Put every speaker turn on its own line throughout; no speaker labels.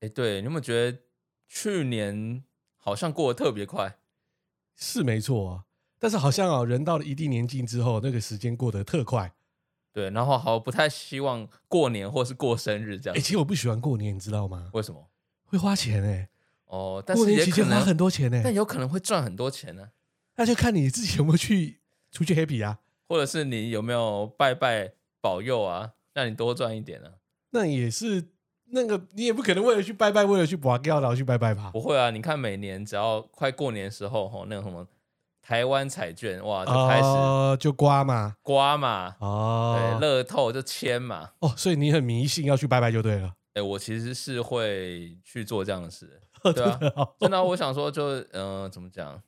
哎，对，你有没有觉得去年好像过得特别快？
是没错啊。但是好像啊，人到了一定年纪之后，那个时间过得特快。
对，然后好不太希望过年或是过生日这
哎、
样。
其实我不喜欢过年，你知道吗？
为什么？
会花钱哎、
哦，但
过
是
年
也
期
可
间花
能，
很多钱哎、
但有可能会赚很多钱呢、
那就看你自己有没有去出去 happy 啊。
或者是你有没有拜拜保佑啊，让你多赚一点啊？
那也是那个，你也不可能为了去拜拜，为了去拔掉然后去拜拜吧？
不会啊，你看每年只要快过年的时候，吼，那个什么台湾彩券，哇，就开始
哦就刮嘛。
刮嘛，对，
哦，
乐透就签嘛。
哦，所以你很迷信，要去拜拜就对了。
哎、我其实是会去做这样 的事，
哦
对啊，真的啊、我想说就，呃，怎么讲，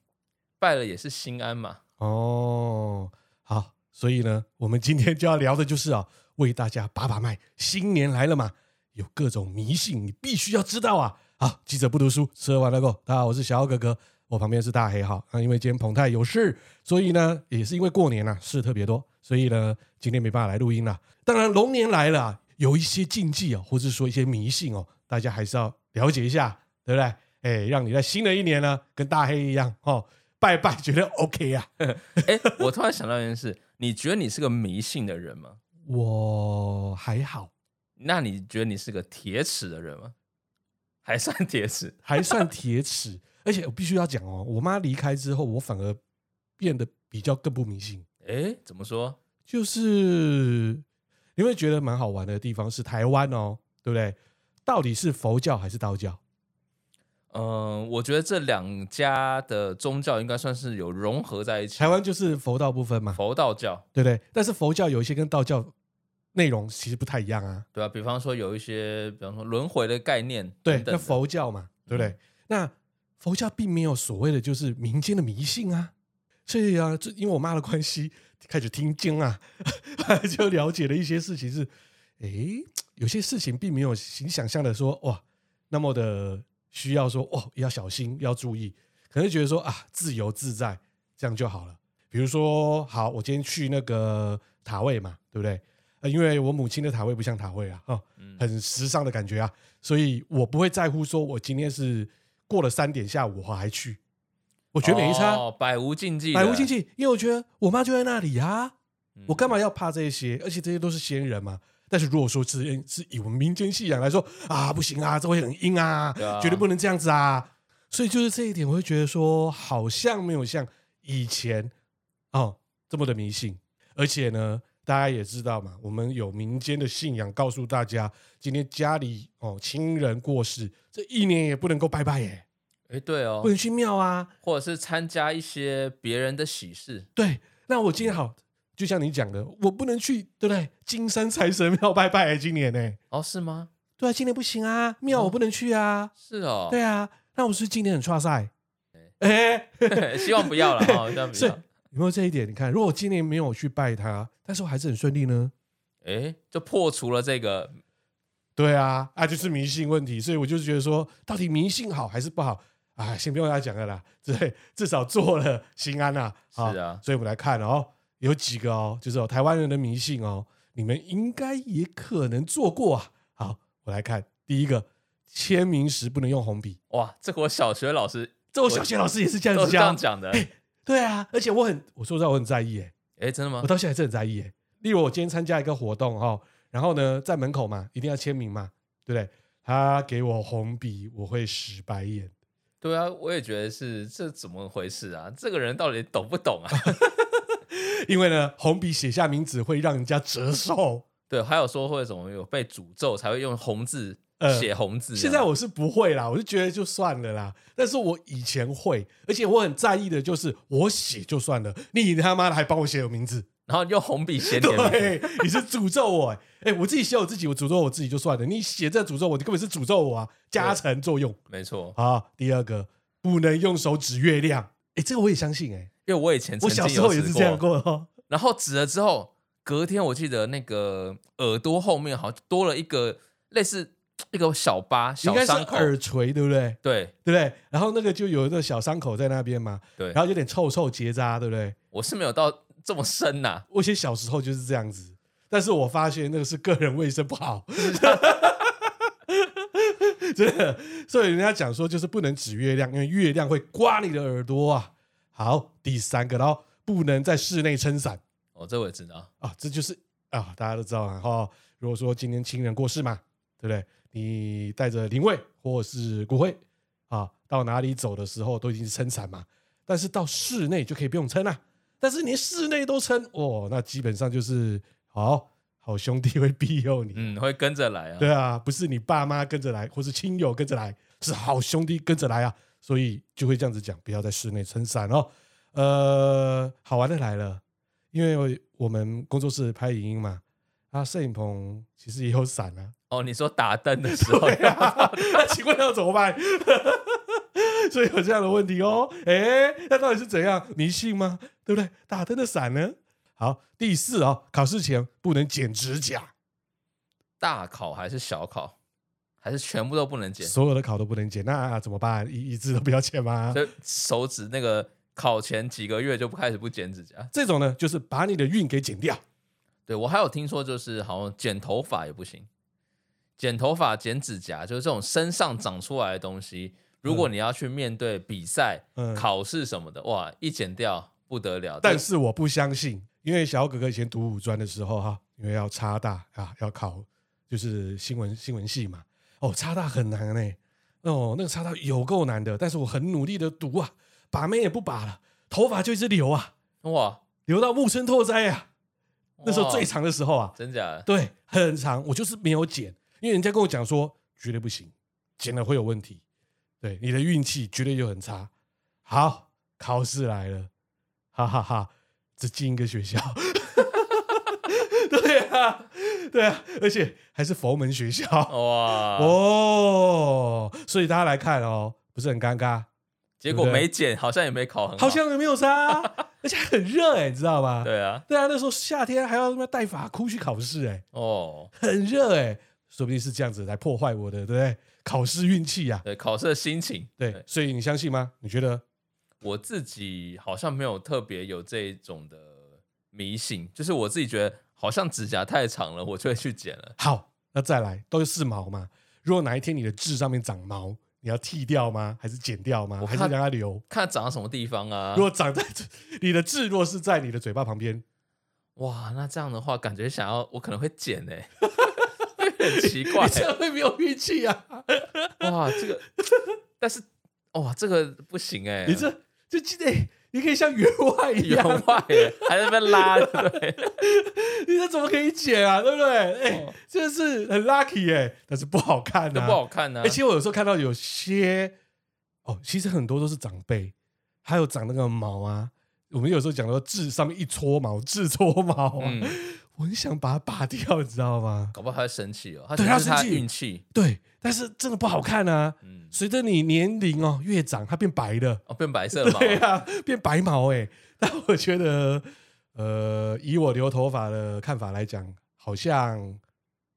拜了也是心安嘛。
哦，好，所以呢，我们今天就要聊的就是啊，为大家把把脉，新年来了嘛，有各种迷信，你必须要知道啊。好，记者不读书，吃喝玩乐购。大家好，我是小奥哥哥，我旁边是大黑哈。那因为今天彭泰有事，所以呢，也是因为过年啊，事特别多，所以呢，今天没办法来录音啦。当然，龙年来了啊，有一些禁忌啊，或者说一些迷信哦，大家还是要了解一下，对不对？哎，让你在新的一年呢，跟大黑一样哦，拜拜，觉得 OK 啊。
哎、我突然想到一件事，你觉得你是个迷信的人吗？
我还好，
那你觉得你是个铁齿的人吗？还算铁齿？
还算铁齿。而且我必须要讲哦，我妈离开之后，我反而变得比较更不迷信。
哎、怎么说？
就是你会觉得蛮好玩的地方是台湾哦，对不对？到底是佛教还是道教？
嗯、我觉得这两家的宗教应该算是有融合在一起。
台湾就是佛道部分嘛，
佛道教，
对不对？但是佛教有一些跟道教内容其实不太一样啊。
对啊，比方说有一些，比方说轮回的概念，
对
等，等
那
的嗯
佛教嘛，对不对？那佛教并没有所谓的就是民间的迷信啊，所以啊，这因为我妈的关系，开始听经啊， 就了解了一些事情是，诶，有些事情并没有你想象的说哇那么的需要说哦要小心要注意，可能觉得说啊自由自在这样就好了。比如说，好，我今天去那个塔位嘛，对不对？呃，因为我母亲的塔位不像塔位啊，哈、
嗯
很时尚的感觉啊，所以我不会在乎说我今天是过了三点下午我还去，我觉得没差，
哦，百无禁忌的，
百无禁忌，因为我觉得我妈就在那里啊，
嗯，
我干嘛要怕这些？而且这些都是先人嘛。但是如果说是是以我们民间信仰来说啊，不行啊，这会很阴啊，
对啊
绝对不能这样子啊。所以就是这一点，我会觉得说，好像没有像以前哦这么的迷信。而且呢，大家也知道嘛，我们有民间的信仰，告诉大家，今天家里哦亲人过世，这一年也不能够拜拜耶，
哎、对哦
不，能去庙啊，
或者是参加一些别人的喜事，
对，那我今天好，就像你讲的，我不能去，对不对？金山财神庙拜拜、今年呢、欸
哦，是吗？
对啊，今年不行啊，庙我不能去啊，
是哦，
对啊，那我是不是今年很差赛，哎、
希望不要了哦，希望不
是
要。
有没有这一点？你看，如果我今年没有去拜他，但是我还是很顺利呢。
哎、就破除了这个，
对啊，啊，就是迷信问题，所以我就觉得说，到底迷信好还是不好啊？先不用跟他讲了啦，对，至少做了心安啦、
是啊
所以我们来看哦，有几个哦，就是、哦、台湾人的迷信哦，你们应该也可能做过啊。好，我来看第一个，签名时不能用红笔，
哇，这个我小学老师
这我小学老师也是这样
都
子
是这样
教。
讲的。
对啊，而且我很，我说实话，我很在意诶、
哎，真的吗
我？到现在还是很在意耶。例如我今天参加一个活动哈、哦，然后呢在门口嘛，一定要签名嘛，对不对？他给我红笔，我会使白眼。
对啊，我也觉得是，这怎么回事啊？这个人到底懂不懂啊？
因为呢，红笔写下名字会让人家折寿。
对，还有说会怎么有被诅咒才会用红字
呃
写红字这
现
样。
在我是不会啦，我就觉得就算了啦。但是我以前会，而且我很在意的就是我写就算了，你他妈的还帮我写我名字，
然后用红 笔写点名字，
对，你是诅咒我、欸。哎、我自己写我自己，我诅咒我自己就算了，你写这诅咒我，你根本是诅咒我啊，加成作用。
没错。
好，第二个不能用手指月亮。哎，这个我也相信哎、
因为我以前曾
我
经
小
有
时候也
试
是这样过哦。
然后指了之后，隔天我记得那个耳朵后面好像多了一个类似一个小疤、
应
小
该是
伤口，
耳垂，对不对？
对
对不对？然后那个就有一个小伤口在那边嘛，
对
然，后有点臭臭结扎，对不对？
我是没有到这么深呐、
我以前小时候就是这样子，但是我发现那个是个人卫生不好， 真的。所以人家讲说，就是不能指月亮，因为月亮会刮你的耳朵啊。好，第三个，然后不能在室内撑伞
哦，这我也知道。
啊，这就是啊，大家都知道啊。哦，如果说今天亲人过世嘛，对不对？你带着灵位或是骨灰啊，到哪里走的时候都已经是撑伞嘛，但是到室内就可以不用撑啦、但是连室内都撑，哦，那基本上就是好好兄弟会庇佑你。
嗯，会跟着来啊。
对啊，不是你爸妈跟着来，或是亲友跟着来，啊是好兄弟跟着来啊，所以就会这样子讲，不要在室内撑伞哦。呃，好玩的来了，因为我们工作室拍影音嘛，啊，摄影棚其实也有伞啊。
哦，你说打灯的时候，
对啊，那 请问要怎么办？ 所以有这样的问题哦，哎，那到底是怎样迷信吗？对不对？打灯的伞呢？好，第四哦，考试前不能剪指甲。
大考还是小考，还是全部都不能剪，
所有的考都不能剪，那怎么办？一一字都不要剪 吗？
就手指那个考前几个月就不开始不剪指甲。
这种呢，就是把你的运给剪掉。
对我还有听说，就是好像剪头发也不行，剪头发、剪指甲，就是这种身上长出来的东西，如果你要去面对比赛、
嗯
考试什么的，哇，一剪掉不得了。
但是我不相信，因为小哥哥以前读五专的时候哈、因为要插大啊，要考就是新闻新闻系嘛，哦，插大很难呢、哦，那个插大有够难的，但是我很努力的读啊，把妹也不把了，头发就一直留啊，
哇，
留到木村拓哉啊，那时候最
哇
长的时候啊，
真假的？
对，很长，我就是没有剪，因为人家跟我讲说绝对不行，剪了会有问题，对，你的运气绝对就很差。好，考试来了，哈哈哈只进一个学校， 对啊，对啊，而且还是佛门学校
哦哇，
哦，所以大家来看哦，不是很尴尬，
结果
对不对
没剪，好像也没考很好。
好像也没有差，啊 而且还很热哎、你知道吗？
对啊，
对啊，那时候夏天还要他妈带发箍去考试哎、
哦，
很热哎、说不定是这样子来破坏我的，对不对？考试运气啊，
对，考试的心情，
对，所以你相信吗？你觉得？
我自己好像没有特别有这一种的迷信，就是我自己觉得好像指甲太长了，我就会去剪了。
好，那再来，都是毛嘛。如果哪一天你的痣上面长毛，你要剃掉吗？还是剪掉吗？
我
还
看
是让它留？
看长到什么地方啊
如？果长在 你的痣，若是在你的嘴巴旁边，
哇，那这样的话，感觉想要我可能会剪呢、很奇怪哎
你这样会没有运气啊！
哇，这个，但是哇，这个不行哎、
你这这记得，你可以像员外一
员
样，
外欸、还在那边拉，对不对？
你这怎么可以剪啊？对不对？哎、
哦
这是很 lucky 哎、但是不好看
这
啊，
不好看呢、啊
而。且我有时候看到有些哦，其实很多都是长辈，还有长那个毛啊。我们有时候讲到痣上面一撮毛，痣撮毛啊，
嗯，
我很想把它拔掉，你知道吗？
搞不好他会生气哦，他
对
觉
他
得是
生
他
气
运气，
对，但是真的不好看啊。
嗯，
随着你年龄哦越长，它变白了，
哦，变白色毛，
对啊，变白毛哎、但我觉得，呃，以我留头发的看法来讲，好像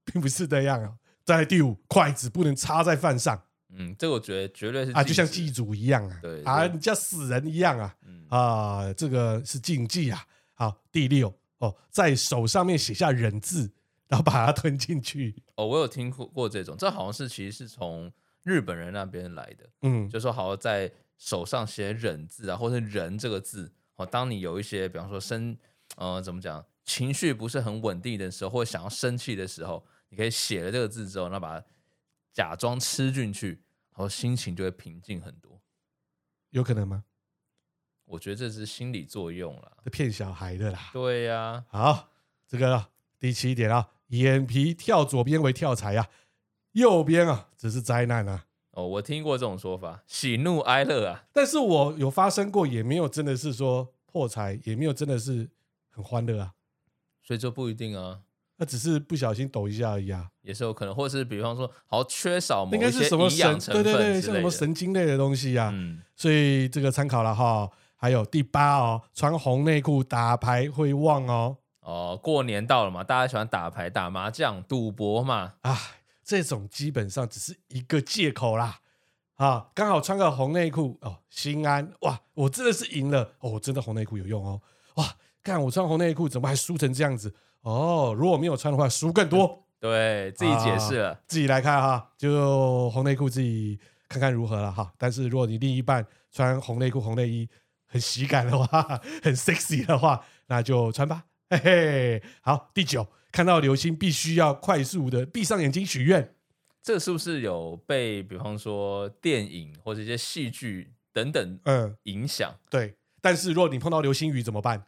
并不是这样啊。再来第五，筷子不能插在饭上。
嗯，这个我觉得绝对是
啊，就像
禁
祭
止，
祖一样啊，
对对
啊，你像死人一样啊，
嗯，
啊，这个是禁忌啊。好，第六哦，在手上面写下人字，然后把它吞进去。
哦，我有听过过这种，这好像是其实是从日本人那边来的，
嗯，
就说好像在手上写忍字啊，或是人这个字，哦，当你有一些比方说生呃怎么讲情绪不是很稳定的时候，或者想要生气的时候，你可以写了这个字之后，那把它假装吃进去，然后心情就会平静很多。
有可能吗？
我觉得这是心理作用啦。
骗小孩的啦。
对呀、
好，这个第七点啊，眼皮跳左边为跳财啊，右边啊只是灾难啊。
哦，我听过这种说法，喜怒哀乐啊，
但是我有发生过，也没有真的是说破财，也没有真的是很欢乐啊，
所以就不一定啊。
那只是不小心抖一下而已啊。
也是有可能，或者是比方说，好像缺少某
应该
一
是
些
什么
营养
神？
成分
对对对，像
之类
什么
的
神经类的东西啊。
嗯，
所以这个参考了哈。还有第八哦，穿红内裤打牌会忘哦
哦，过年到了嘛，大家喜欢打牌、打麻将、赌博嘛，
啊，这种基本上只是一个借口啦。啊，刚好穿个红内裤哦，心安哇！我真的是赢了哦，我真的红内裤有用哦哇！看我穿红内裤怎么还输成这样子哦？如果没有穿的话，输更多。
对自己解释了，
自己来看哈，就红内裤自己看看如何了哈。但是如果你另一半穿红内裤、红内衣很喜感的话， 很 sexy 的话，那就穿吧。嘿嘿，好，第九，看到流星必须要快速的闭上眼睛许愿。
这是不是有被比方说电影或者一些戏剧等等
嗯，
影响？
对。但是如果你碰到流星雨怎么办？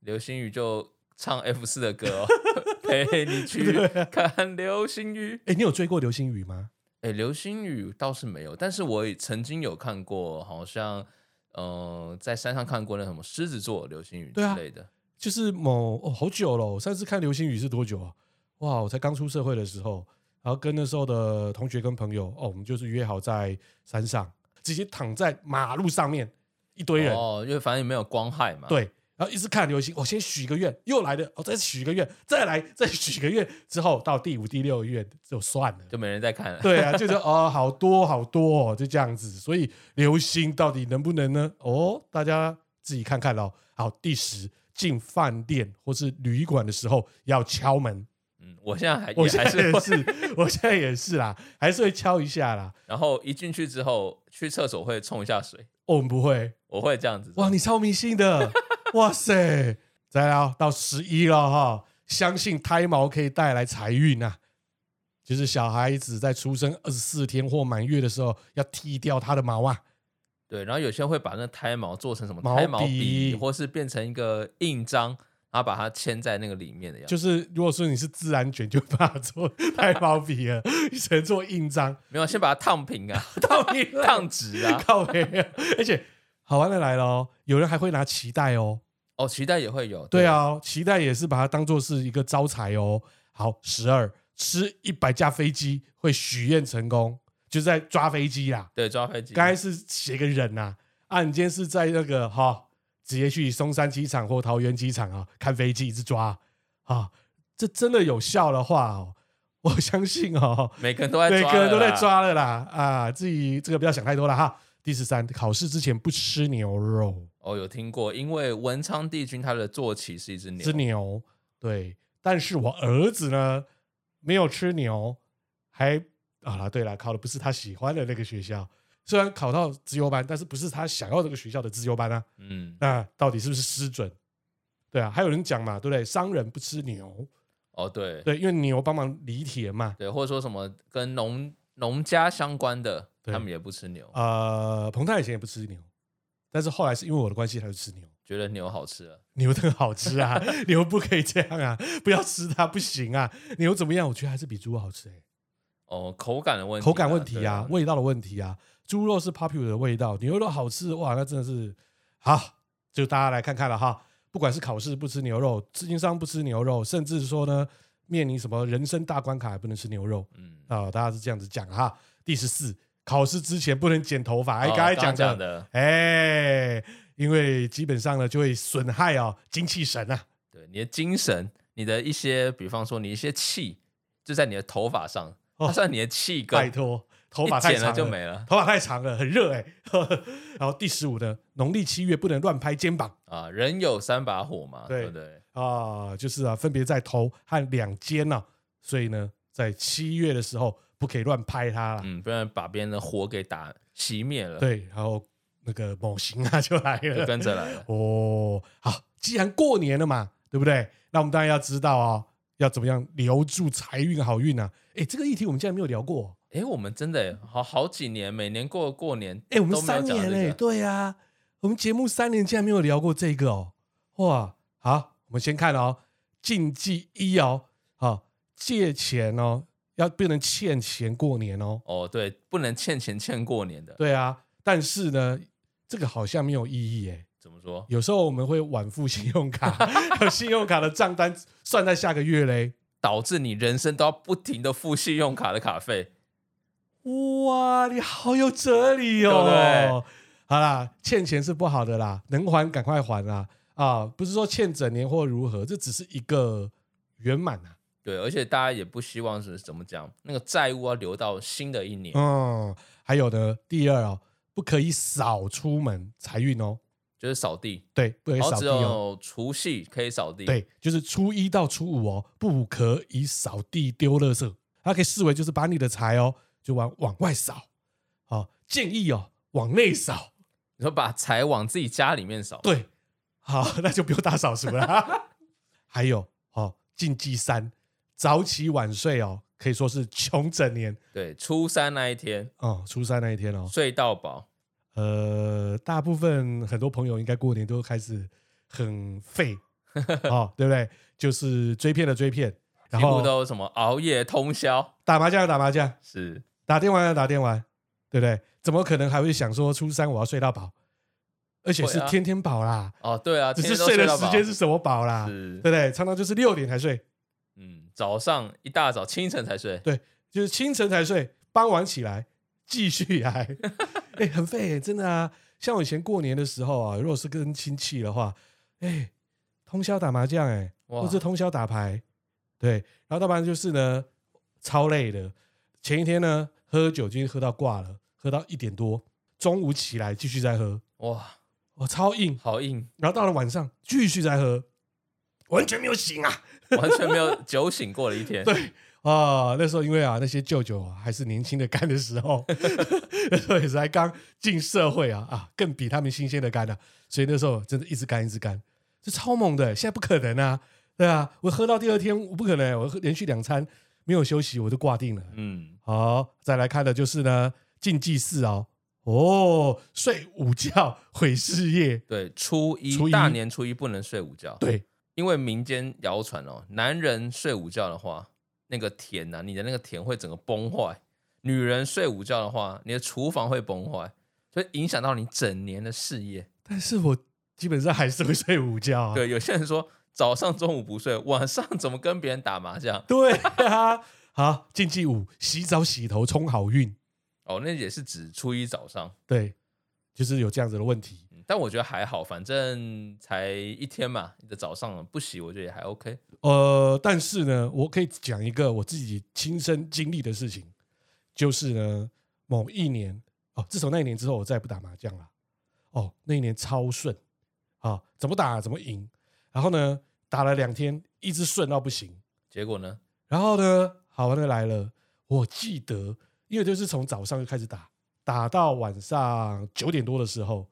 流星雨就唱 F 四的歌、哦， 陪 你去
啊
看流星雨。
哎，你有追过流星雨吗？
哎、流星雨倒是没有，但是我也曾经有看过，好像呃，在山上看过那什么狮子座流星雨之
对啊
类的。
就是某哦，好久了哦、我上次看流星雨是多久啊？哇，我才刚出社会的时候，然后跟那时候的同学跟朋友哦，我们就是约好在山上，直接躺在马路上面，一堆人、
哦，因为反正也没有光害嘛。，
对，然后一直看流星。我、先许一个愿，又来了，我、再许一个愿，再来再许一个愿，之后到第五、第六个愿就算了。
就没人在看了。
对啊，就是哦，好多好多、哦，就这样子。所以流星到底能不能呢？哦，大家自己看看喽。好，第十，进饭店或是旅馆的时候要敲门。
嗯，我现在还
我
也
现
还
在
是
也
会，
是，我现在也是啦，还是会敲一下啦。
然后一进去之后去厕所会冲一下水，
哦，我们不会。
我会这样子做。
哇，你超迷信的，哇塞！再来哦到十一了哈，相信胎毛可以带来财运啊。就是小孩子在出生二十四天或满月的时候，要剃掉他的毛啊。
对，然后有些人会把那胎毛做成什么
毛
胎毛
笔
笔，或是变成一个印章，然后把它嵌在那个里面的样子。
就是如果说你是自然卷，就把它做太毛笔了，你只能做印章，
没有，先把它烫平 啊，
到你了
烫直 啊。
靠背。而且好玩的来了哦，有人还会拿脐带哦，
哦，脐带也会有。
对，啊，脐带也是把它当做是一个招财哦。好，十二吃一百架飞机会许愿成功，就是在抓飞机啦。
对，抓飞机。
刚才是写个人呐、啊，啊，你今天是在那个哈、直接去松山机场或桃园机场啊，看飞机一直抓啊，这真的有效的话哦，我相信哦，
每个人都在抓
每
了啦，
个人都在抓了啦啊，自己这个不要想太多了哈。第十三，考试之前不吃牛肉，
哦，有听过，因为文昌帝君他的坐骑是一只牛，
吃牛，对，但是我儿子呢没有吃牛，还啊啦，对了，考的不是他喜欢的那个学校，虽然考到资优班，但是不是他想要这个学校的资优班啊。
嗯，
那到底是不是失准？对啊，还有人讲嘛，对不对？商人不吃牛，
哦，对，
对，因为牛帮忙犁田嘛。
对，或者说什么跟农农家相关的，
对
他们也不吃牛，
呃，彭泰以前也不吃牛，但是后来是因为我的关系，他就吃牛。
觉得牛好吃了。
牛更好吃啊， 牛不可以这样啊，不要吃它不行啊。牛怎么样？我觉得还是比猪肉好吃、欸、
哦，口感的问题啊，
口感问题
对
啊，味道的问题啊。猪肉是 popular 的味道，牛肉好吃哇，那真的是好，就大家来看看了哈。不管是考试不吃牛肉，经商不吃牛肉，甚至说呢，面临什么人生大关卡也不能吃牛肉
嗯，
啊、大家是这样子讲哈。第十四，考试之前不能剪头发，哎，
哦
刚才
刚刚
讲
讲
的，
的，
哎，因为基本上呢就会损害哦精气神啊。
对你的精神，你的一些，比方说你一些气，就在你的头发上，
哦
它算你的气
拜
根，
托，头
一
发太
剪
长
了就没了
头发太长了，很热哎、 然后第十五呢，农历七月不能乱拍肩膀。
啊。人有三把火嘛，
对
对不对？
啊，就是啊，分别在头和两肩呐、所以呢，在七月的时候不可以乱拍它啦。
嗯，不然把别人的火给打熄灭了，，
对，然后那个某型啊就来
就
了。
跟着来了。
哦，好，既然过年了嘛，对不对？那我们当然要知道哦，要怎么样留住财运好运啊？哎，这个议题我们竟然没有聊过。
哎，我们真的耶好好几年，每年过过年，
哎，我们
都没有
三
讲
年
这
嘞、
个
对呀、啊，我们节目三年竟然没有聊过这个哦。哇，好，我们先看哦，禁忌一哦，好、借钱哦，要不能欠钱过年哦。
哦，对，不能欠钱欠过年的。
对啊，但是呢，这个好像没有意义诶。
怎么说？
有时候我们会晚付信用卡， 有信用卡的账单算在下个月嘞。
导致你人生都要不停的付信用卡的卡费。
哇，你好有哲理哦！
对不对
好啦，欠钱是不好的啦，能还赶快还啦。啊，不是说欠整年或如何，这只是一个圆满啊。
对，而且大家也不希望是怎么讲，那个债务要留到新的一
嗯
年，
嗯，还有呢，第二哦，不可以少出门财运哦。
就是扫地，
对，不可以
然
扫
后只
地哦。
有除夕可以扫地，，
对，就是初一到初五哦，不可以扫地丢垃圾，它可以视为就是把你的财哦就往往外扫，哦，建议哦往内扫，
你说把财往自己家里面扫，
对，好，那就不用大扫除了。 还有哦，禁忌三，早起晚睡哦，可以说是穷整年
对，初三那一天
哦。初三那一天哦，
睡到饱，
呃，大部分很多朋友应该过年都开始很废哦，对不对？就是追片的追片，然
几乎
后
都有什么熬夜通宵，
打麻将的打麻将，
是
打电玩的打电玩，对不对？怎么可能还会想说初三我要睡到饱？而且
会
是
啊
天天饱啦，
哦，对啊，
只
天
是
天都
睡的
到
时
饱
间是什么饱啦？
是
对不对？常常就是六点才睡，
嗯，早上一大早清晨才睡，
对，就是清晨才睡，傍晚起来继续挨， 哎、很废、真的啊。像我以前过年的时候啊，如果是跟亲戚的话，哎、通宵打麻将、哎，
哇
或是通宵打牌，对，然后要不然就是呢，超累的。前一天呢，喝酒就喝到挂了，喝到一点多，中午起来继续再喝，
哇，
我、超硬，
好硬，
然后到了晚上继续再喝，完全没有醒啊。
完全没有 酒醒过的一天，
对啊、那时候因为啊，那些舅舅啊还是年轻的干的时候， 那时候也是才刚进社会啊啊，更比他们新鲜的干啊，所以那时候真的一直干一直干，这超猛的，现在不可能啊，对啊，我喝到第二天我不可能，我喝连续两餐没有休息我就挂定了。
嗯，
好，再来看的就是呢禁忌四哦，哦，睡午觉毁事业，
对，初一
初一
大年初一不能睡午觉，
对，
因为民间谣传哦，男人睡午觉的话，那个田呐、你的那个田会整个崩坏；女人睡午觉的话，你的厨房会崩坏，所以影响到你整年的事业。
但是我基本上还是会睡午觉啊，
对，有些人说早上、中午不睡，晚上怎么跟别人打麻将？
对啊，好，禁忌五，洗澡洗头冲好运，
哦，那也是指初一早上。
对，就是有这样子的问题。
嗯但我觉得还好，反正才一天嘛，你的早上不洗，我觉得也还 OK。
呃，但是呢，我可以讲一个我自己亲身经历的事情，就是呢，某一年哦，自从那一年之后，我再也不打麻将了。哦，那一年超顺啊、怎么打怎么赢，然后呢，打了两天，一直顺到不行，
结果呢？
然后呢，好玩的来了，我记得，因为就是从早上就开始打，打到晚上九点多的时候，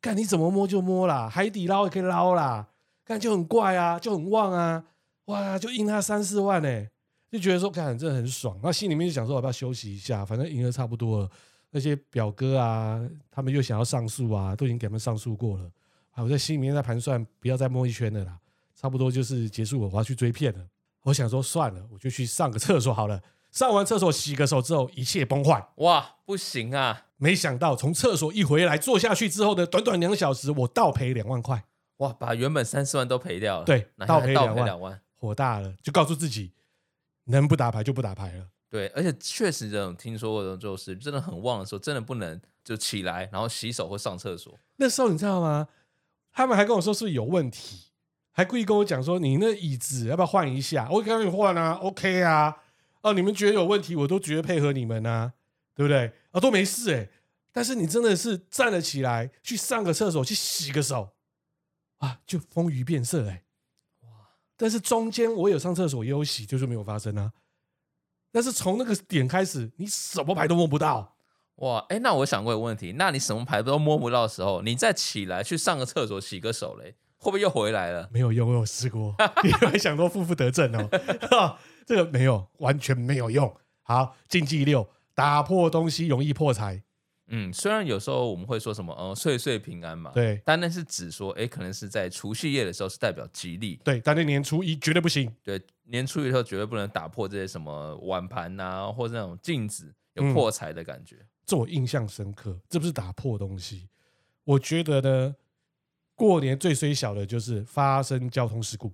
看你怎么摸就摸啦，海底捞也可以捞啦，看就很怪啊，就很旺啊，哇，就赢他三四万呢、就觉得说看真的很爽，那心里面就想说我要不要休息一下，反正赢得差不多了。那些表哥啊，他们又想要上诉啊，都已经给他们上诉过了。啊，我在心里面在盘算，不要再摸一圈了啦，差不多就是结束了，我要去追片了。我想说算了，我就去上个厕所好了。上完厕所洗个手之后，一切崩坏。
哇，不行啊！
没想到从厕所一回来，坐下去之后的短短两小时，我倒赔两万块，
哇，把原本三四万都赔掉了，
对
哪下来
倒赔
倒
两
赔
万
两万。
火大了，就告诉自己，能不打牌就不打牌了。
对，而且确实这种听说过的，就是真的很旺的时候，真的不能就起来，然后洗手或上厕所。
那时候你知道吗？他们还跟我说是不是有问题，还故意跟我讲说你那椅子要不要换一下？我跟你换啊，OK 啊。哦，你们觉得有问题，我都绝对配合你们啊，对不对？啊、都没事哎、但是你真的是站了起来，去上个厕所，去洗个手，啊，就风云变色哎、但是中间我有上厕所，也有洗，就是没有发生啊。但是从那个点开始，你什么牌都摸不到，
哇，哎，那我想过一个问题，那你什么牌都摸不到的时候，你再起来去上个厕所洗个手嘞，会不会又回来了？
没有用，我有试过， 你会想说负负得正哦， 哈这个没有，完全没有用。好，禁忌六，打破东西容易破财，
嗯，虽然有时候我们会说什么，呃，岁岁平安嘛，，
对
但那是指说，哎，可能是在除夕夜的时候是代表吉利，
对，但那年初一绝对不行，
对，年初一的时候绝对不能打破这些什么碗盘呐、或者那种镜子，有
嗯
破财的感觉。
这我印象深刻，这不是打破东西。我觉得呢，过年最虽小的就是发生交通事故，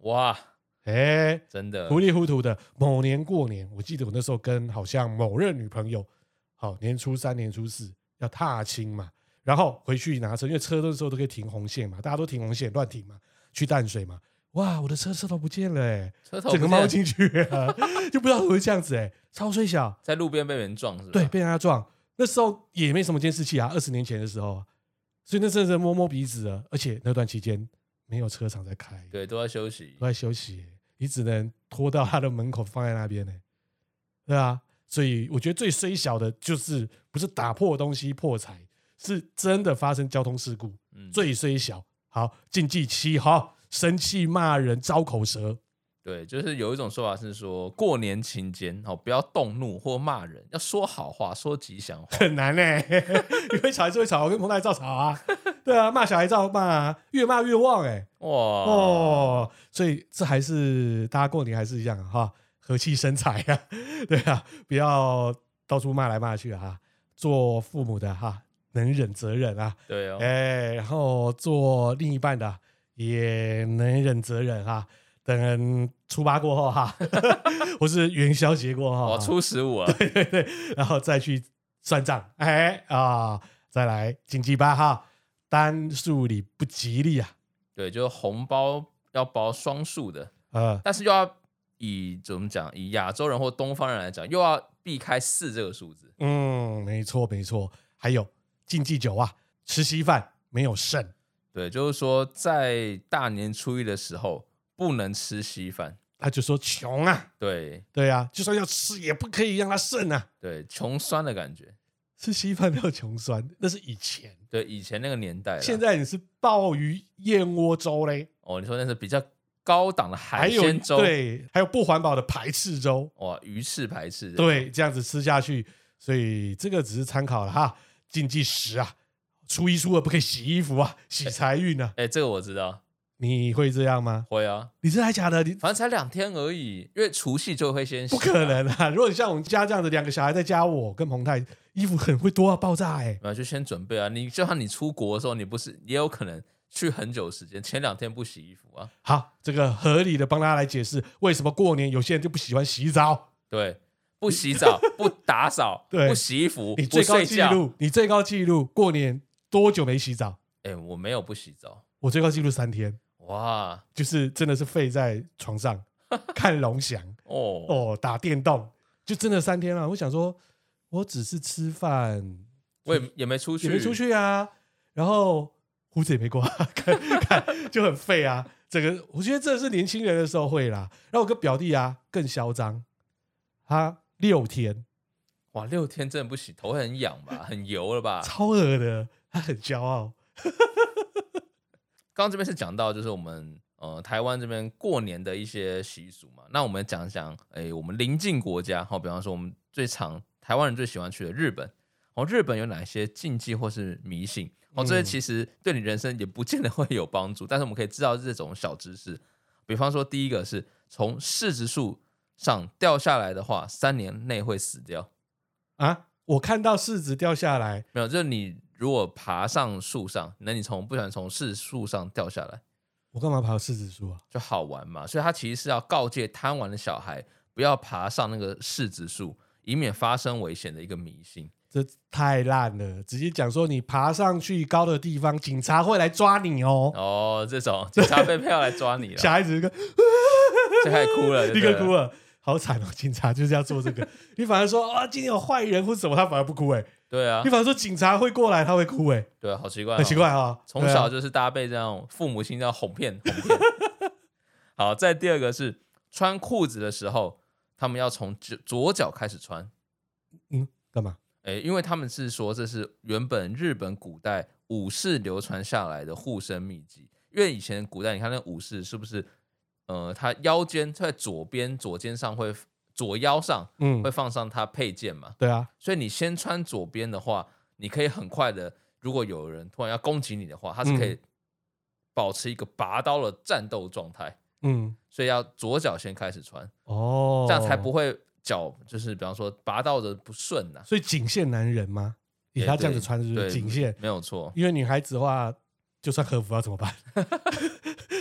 哇，
哎，
真的
糊里糊涂的。某年过年，我记得我那时候跟好像某任女朋友，好年初三、年初四要踏青嘛，然后回去拿车，因为车的时候都可以停红线嘛，大家都停红线乱停嘛，去淡水嘛。哇，我的车车头不见了、欸，
车头
整个
不见
猫进去了， 就不知道怎么会这样子哎、超虽小，
在路边被人撞是吧？
对，被人家撞。那时候也没什么监视器啊，二十年前的时候啊，所以那阵子摸摸鼻子啊，而且那段期间没有车厂在开，
对，都在休息
都。在休息耶，你只能拖到他的门口放在那边呢， 对啊，所以我觉得最虽小的就是不是打破东西破财，是真的发生交通事故，
嗯，
最虽小。好，禁忌七，好，生气骂人，招口舌，
对，就是有一种说法是说，过年期间哦，不要动怒或骂人，要说好话，说吉祥话。
很难呢、 因为小孩子会吵，我跟彭大爷照吵啊，对啊，骂小孩照骂啊，越骂越旺哎、
哇
哦，所以这还是大家过年还是一样啊哈、和气生财啊， 对啊，不要到处骂来骂去啊。做父母的哈、能忍则忍啊，
对哦，
哎，然后做另一半的啊也能忍则忍啊。等初八过后哈、 或是元宵节过后、啊，
哦，初十五啊，
对对，然后再去算账，哎啊，再来紧急吧哈，单数里不吉利啊，
对，就是红包要包双数的，
呃，
但是又要以怎么讲，以亚洲人或东方人来讲，又要避开四这个数字。
嗯，没错没错。还有禁忌酒啊，吃稀饭没有剩，
对，就是说在大年初一的时候不能吃稀饭。
他就说穷啊，
对
对啊，就算要吃也不可以让它剩啊。
对，穷酸的感觉。
吃稀饭要穷酸，那是以前，
对，以前那个年代啦，
现在你是鲍鱼燕窝粥嘞，
哦，你说那是比较高档的
还
海
有
鲜粥，
对，还有不环保的排斥粥，
哇，鱼翅排翅的，
对，这样子吃下去，所以这个只是参考了哈。禁忌十啊，初一初二不可以洗衣服啊，洗财运啊，
哎、这个我知道，
你会这样吗？
会啊，
你真的还假的？你
反正才两天而已，因为除夕就会先洗
不可能啊！ 如果你像我们家这样子，两个小孩再加我跟彭泰，衣服很会多到爆炸哎、
啊，就先准备啊。你就算你出国的时候，你不是也有可能去很久时间，前两天不洗衣服啊？
好，这个合理的帮大家来解释为什么过年有些人就不喜欢洗澡。
对，不洗澡、不打扫、
对
不洗衣服、
你
不
最高
睡
记
觉。
录，你最高记录过年多久没洗澡？
哎、我没有不洗澡，
我最高记录三天，
哇
就是真的是废在床上看龙 翔
哦，
哦，打电动就真的三天啊了、我想说，我只是吃饭，
我也也没出去，
也没出，去啊，然后胡子也没 刮，看看就很废啊。整个我觉得这是年轻人的时候会啦。然后我跟表弟啊更嚣张，他六天
哇，六天真的不洗，头会很痒吧，很油 了吧？
超恶的，他很骄傲。
刚刚这边是讲到，就是我们呃台湾这边过年的一些习俗嘛。那我们讲讲，哎、我们邻近国家，好、比方说我们最常台湾人最喜欢去的日本，哦，日本有哪些禁忌或是迷信？哦，这些
嗯
其实对你人生也不见得会有帮助，但是我们可以知道这种小知识。比方说，第一个是从市值树上掉下来的话，三年内会死掉。
啊！我看到柿子掉下来，
没有，就是你如果爬上树上，那你从不想从市树上掉下来。
我干嘛爬柿子树啊？
就好玩嘛。所以他其实是要告诫贪玩的小孩不要爬上那个柿子树，以免发生危险的一个迷信。
这太烂了！直接讲说你爬上去高的地方，警察会来抓你哦。啊
哦，这种警察被票来抓你
小
了，
孩子一个
这开始哭了，
立刻哭
了。
了，好惨哦！警察就是要做这个， 你反而说啊，今天有坏人或什么，他反而不哭哎、
对啊
你，反而说警察会过来，他会哭哎、
对啊，好奇怪、哦，
很奇。怪哈、对
从
啊
小就是大家被这样父母亲这样哄骗，哄骗。好，再第二个是穿裤子的时候，他们要从左左脚开始穿。
嗯干嘛？
诶，因为他们是说这是原本日本古代武士流传下来的护身秘籍。因为以前古代，你看那武士是不是，呃，他腰间在左边，左肩上会左腰上
嗯
会，放上他配件嘛，
对啊，
所以你先穿左边的话，你可以很快的，如果有人突然要攻击你的话，他是可
嗯
以保持一个拔刀的战斗状态，
嗯，
所以要左脚先开始穿，
哦，
这样才不。会脚就是比方说拔到的不顺呐、
所以仅限男人吗？以
也
他这样子
对
穿是不是
对
仅限？
没有错。
因为女孩子的话，就穿和服要怎么办？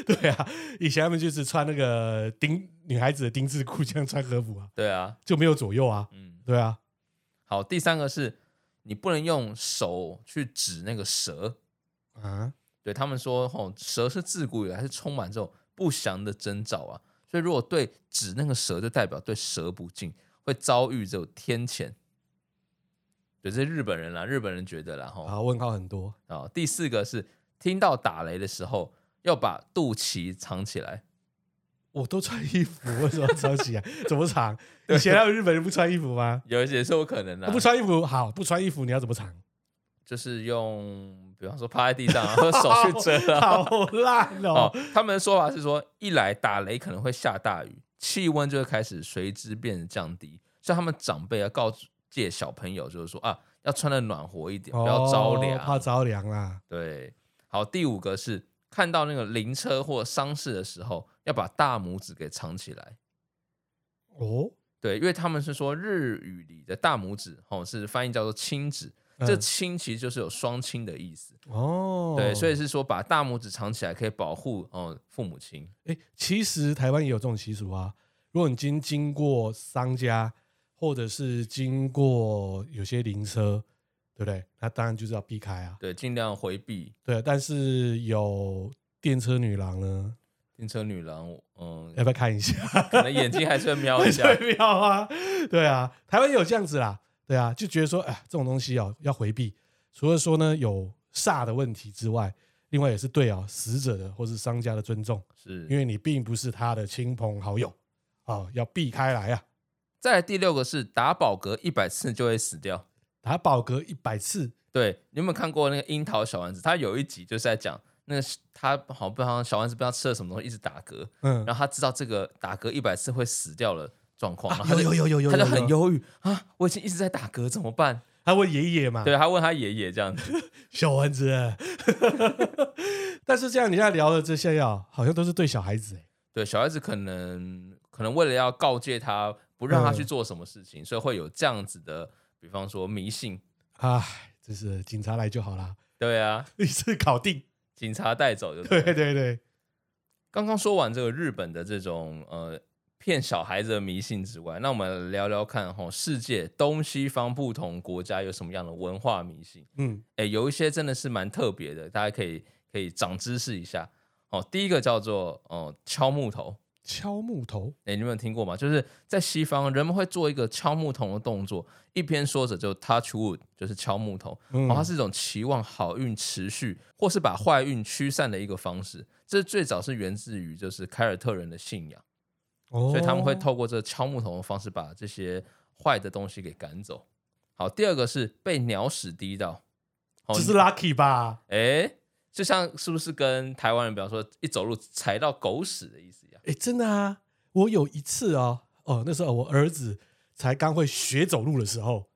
对啊，以前他们就是穿那个丁女孩子的丁字裤，这样穿和服啊，
对啊，
就没有左右啊。
嗯，
对啊，
好，第三个是你不能用手去指那个蛇。
啊，
对他们说，吼、蛇是自古以来是充满这种不祥的征兆啊，所以如果对指那个蛇，就代表对蛇不敬，会遭遇这种天谴。对，这是日本人啦，日本人觉得啦哈。
啊，问号很多
啊，第四个是听到打雷的时候要把肚脐藏起来，
我都穿衣服，为什么要藏 起来？怎么藏？以前还有日本人不穿衣服吗？
有一些是有可能的、
不穿衣服好，不穿衣服你要怎么藏？
就是用比方说趴在地上，然后手去 遮啊。
好烂
哦
哦！，
他们的说法是说，一来打雷可能会下大雨，气温就会开始随之变得降低，所以他们长辈要告诫小朋友，就是说啊，要穿的暖和一点，不要着凉。
哦怕着凉啦。
对，好，第五个是看到那个灵车或伤势的时候，要把大拇指给藏起来。
哦，
对，因为他们是说日语里的大拇指哦，是翻译叫做亲指，
嗯
这亲其实就是有双亲的意思。
哦，
对，所以是说把大拇指藏起来可以保护哦父母亲。
哎，其实台湾也有这种习俗啊。如果你今经过商家，或者是经过有些灵车，对不对？那当然就是要避开啊。
对，尽量回避
对，但是有电车女郎呢，
电车女郎，嗯，
要不要看一下？
可能眼睛还是会 瞄一下。
对妙啊，对啊，台湾也有这样子啦，对啊，就觉得说，哎，这种东西哦要回避，除了说呢有煞的问题之外，另外也是对啊死者的或是商家的尊重，
是，
因为你并不是他的亲朋好友啊、要避开来啊。
再来第六个是打饱嗝一百次就会死掉。
打饱嗝一百次，
对，你有没有看过那个樱桃小丸子？他有一集就是在讲那个是他好像不知道小丸子不知道吃了什么东西，一直打嗝，
嗯，
然后他知道这个打嗝一百次会死掉了状况，然后他
有
就
有有啊有有，
他就很
有，
忧郁啊，我已经一直在打嗝，怎么办？
他问爷爷嘛，
对，他啊问他爷爷这样子，
小丸子。啊 但是这样你现在聊的这些药，好像都是对小孩子、欸，
对，小孩子可能可能为了要告诫他，不让他去
嗯
做什么事情，所以会有这样子的，比方说迷信，
唉，真是警察来就好啦，
对啊，
一次搞定。
警察带走就对
对
了。
对对，
刚刚说完这个日本的这种呃骗小孩子的迷信之外，那我们聊聊看哈、世界东西方不同国家有什么样的文化迷信？
嗯，
诶，有一些真的是蛮特别的，大家可以可以长知识一下。哦，第一个叫做哦、呃敲木头，
敲木头，
诶，你们有听过吗？就是在西方，人们会做一个敲木头的动作，一边说着就 touch wood，就是敲木头，
嗯
然后它是一种期望好运持续，或是把坏运驱散的一个方式。这最早是源自于就是凯尔特人的信仰，
所
所以他们
哦
会透过这敲木头的方式把这些坏的东西给赶走。好，第二个是被鸟屎滴到，哦
这是 lucky 吧？
哎，就像是不是跟台湾人，比方说一走路踩到狗屎的意思一样？
哎，真的啊，我有一次哦，哦，那时候我儿子才刚会学走路的时候，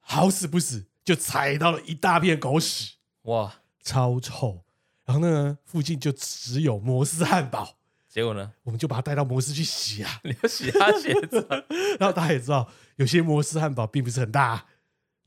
好死不死就踩到了一大片狗屎，
哇，
超臭。然后呢，附近就只有摩斯汉堡，
结果呢？
我们就把它带到摩斯去洗啊。
你要洗他鞋子啊，
然后大家也知道，有些摩斯汉堡并不是很大啊、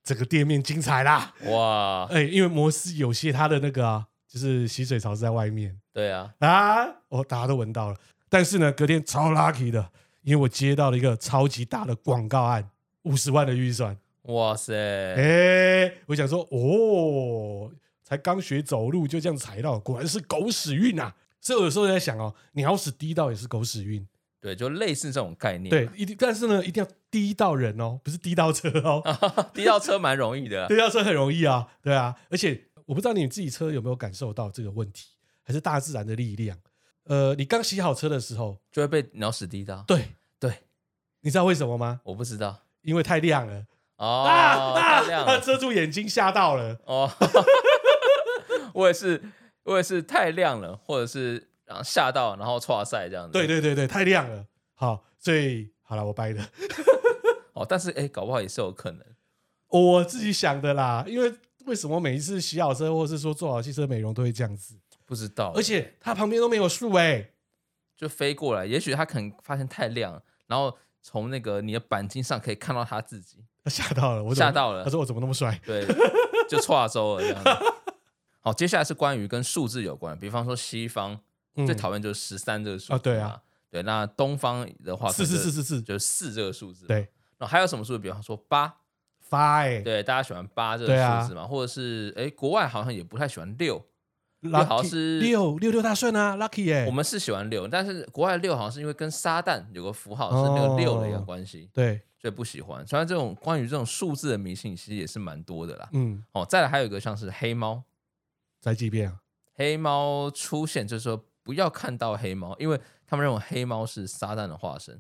整个店面精彩啦。
哇，
哎，因为摩斯有些它的那个啊，就是洗水槽是在外面，
对啊，
啊，哦，大家都闻到了。但是呢，隔天超 lucky 的，因为我接到了一个超级大的广告案，五十万的预算。
哇塞，
哎、我想说，哦，才刚学走路就这样踩到，果然是狗屎运啊！所以我有时候在想哦，鸟屎滴到也是狗屎运，
对，就类似这种概念。
对，一定，但是呢，一定要滴到人哦，不是滴到车哦，
啊滴到车蛮容易的啊、
对，要车很容易啊，对啊，而且我不知道你自己车有没有感受到这个问题，还是大自然的力量。呃，你刚洗好车的时候，
就会被鸟屎滴到。
对，
对，
你知道为什么吗？
我不知道
因为太亮了，
哦，
啊
太亮
啊
了
遮住眼睛吓到了。
哦， 我也是，我也是太亮了，或者是然后吓到，然后错赛这样子。
对对对对，太亮了。好，所以好了，我掰的，
哦，但是哎，搞不好也是有可能。
我自己想的啦。因为为什么每一次洗好车，或是说做好汽车美容都会这样子？
不知道，
而且它旁边都没有树哎、
就飞过来，也许他可能发现太亮了，然后从那个你的钣金上可以看到他自己，
他 吓到了，我怎么
吓到了
他说我怎么那么帅？
对，就错周了这样子。好，接下来是关于跟数字有关，比方说西方
嗯
最讨厌就是十三这个数字
啊对啊
嘛，对，那东方的话
是是是是是，
就是四这个数字，
对，
然后还有什么数字？比方说八，
发哎、
对，大家喜欢八这个
对啊
数字嘛，或者是哎，国外好像也不太喜欢六，六好像
Lucky-
是
六六六大顺啊，lucky 耶、
我们是喜欢六，但是国外六好像是因为跟撒旦有个符号是那个六的一个
哦
关系，
对，
所以不喜欢。虽然这种关于这种数字的迷信其实也是蛮多的啦。
嗯，
哦，再来还有一个像是黑猫，
宅急便啊，
黑猫出现就是说不要看到黑猫，因为他们认为黑猫是撒旦的化身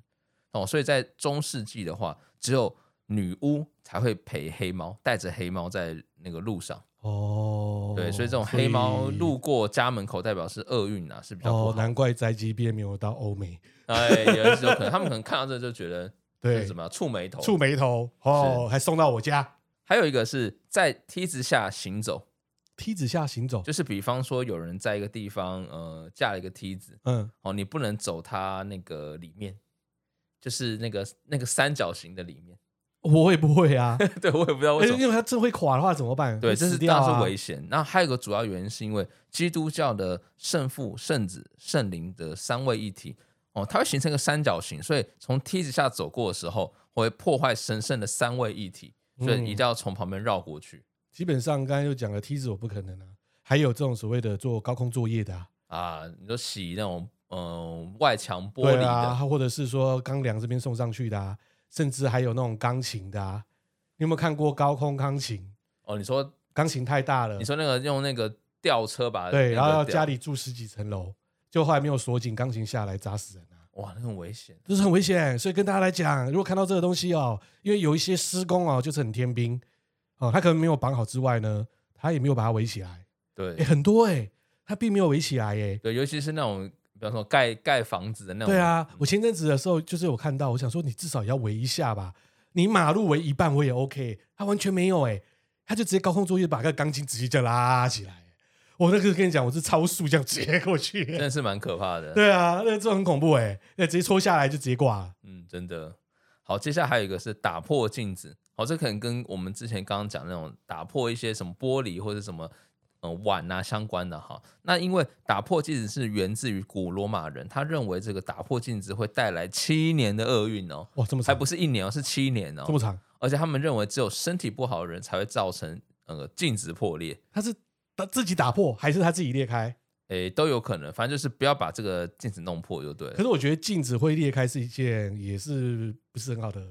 哦，所以在中世纪的话，只有女巫才会陪黑猫，带着黑猫在那个路上。
哦，
对，所以这种黑猫
所以
路过家门口，代表是厄运啊，是比较不
哦，
好。
难怪宅急便没有到欧美，
哎，有是有可能，他们可能看到这就觉得
对
是什，么触眉头。
触眉头哦，还送到我家，
还有一个是在梯子下行走，
梯子下行走，
就是比方说有人在一个地方呃架了一个梯子，
嗯，
哦，你不能走它那个里面，就是那个那个三角形的里面。
我也不会啊，
对我也不知 道为
哎
什么。
因为他真会垮的话怎么办？
对，
会
这是
死掉
当然
啊
是危险。然后还有一个主要原因是因为基督教的圣父、圣子、圣灵的三位一体哦，它会形成一个三角形，所以从梯子下走过的时候会破坏神圣的三位一体，所以
嗯
一定要从旁边绕过去、
基本上刚才又讲了梯子我不可能啊，还有这种所谓的做高空作业的、啊，
啊。你说洗那种嗯、呃外墙玻璃
对
的，
啊，或者是说钢梁这边送上去的、啊，甚至还有那种钢琴的、啊，你有没有看过高空钢琴？
哦，你说
钢琴太大了
你，说那个用那个吊车把那
对，
个
然后要
吊
家里住十几层楼，就后来没有锁紧，钢琴下来砸死人啊，
哇，那很危险。
这是很危险。所以跟大家来讲，如果看到这个东西哦，因为有一些施工哦，就是很天兵哦，他可能没有绑好之外呢，他也没有把它围起来，
对、
哎，很多哎、他并没有围起来哎、
对，尤其是那种比方说盖盖房子的那种，
对啊，我前阵子的时候就是有看到，我想说你至少也要围一下吧，你马路围一半我也 OK，他完全没有哎、他就直接高空作业把那个钢筋直接这样拉起来，我那个跟你讲，我是超速这样直接过去、
真的是蛮可怕的。
对啊，那这很恐怖哎、那直接戳下来就直接挂了，
嗯，真的。好，接下来还有一个是打破镜子。好，这可能跟我们之前刚刚讲那种打破一些什么玻璃或者什么呃碗啊相关的哈。那因为打破镜子是源自于古罗马人，他认为这个打破镜子会带来七年的厄运哦，
哇，这么
还
长，
不是一年哦，是七年哦
这。么长，
而且他们认为只有身体不好的人才会造成呃镜子破裂，
他是他自己打破还是他自己裂开？
诶，都有可能。反正就是不要把这个镜子弄破就对了
可，是我觉得镜子会裂开是一件也是不是很好的，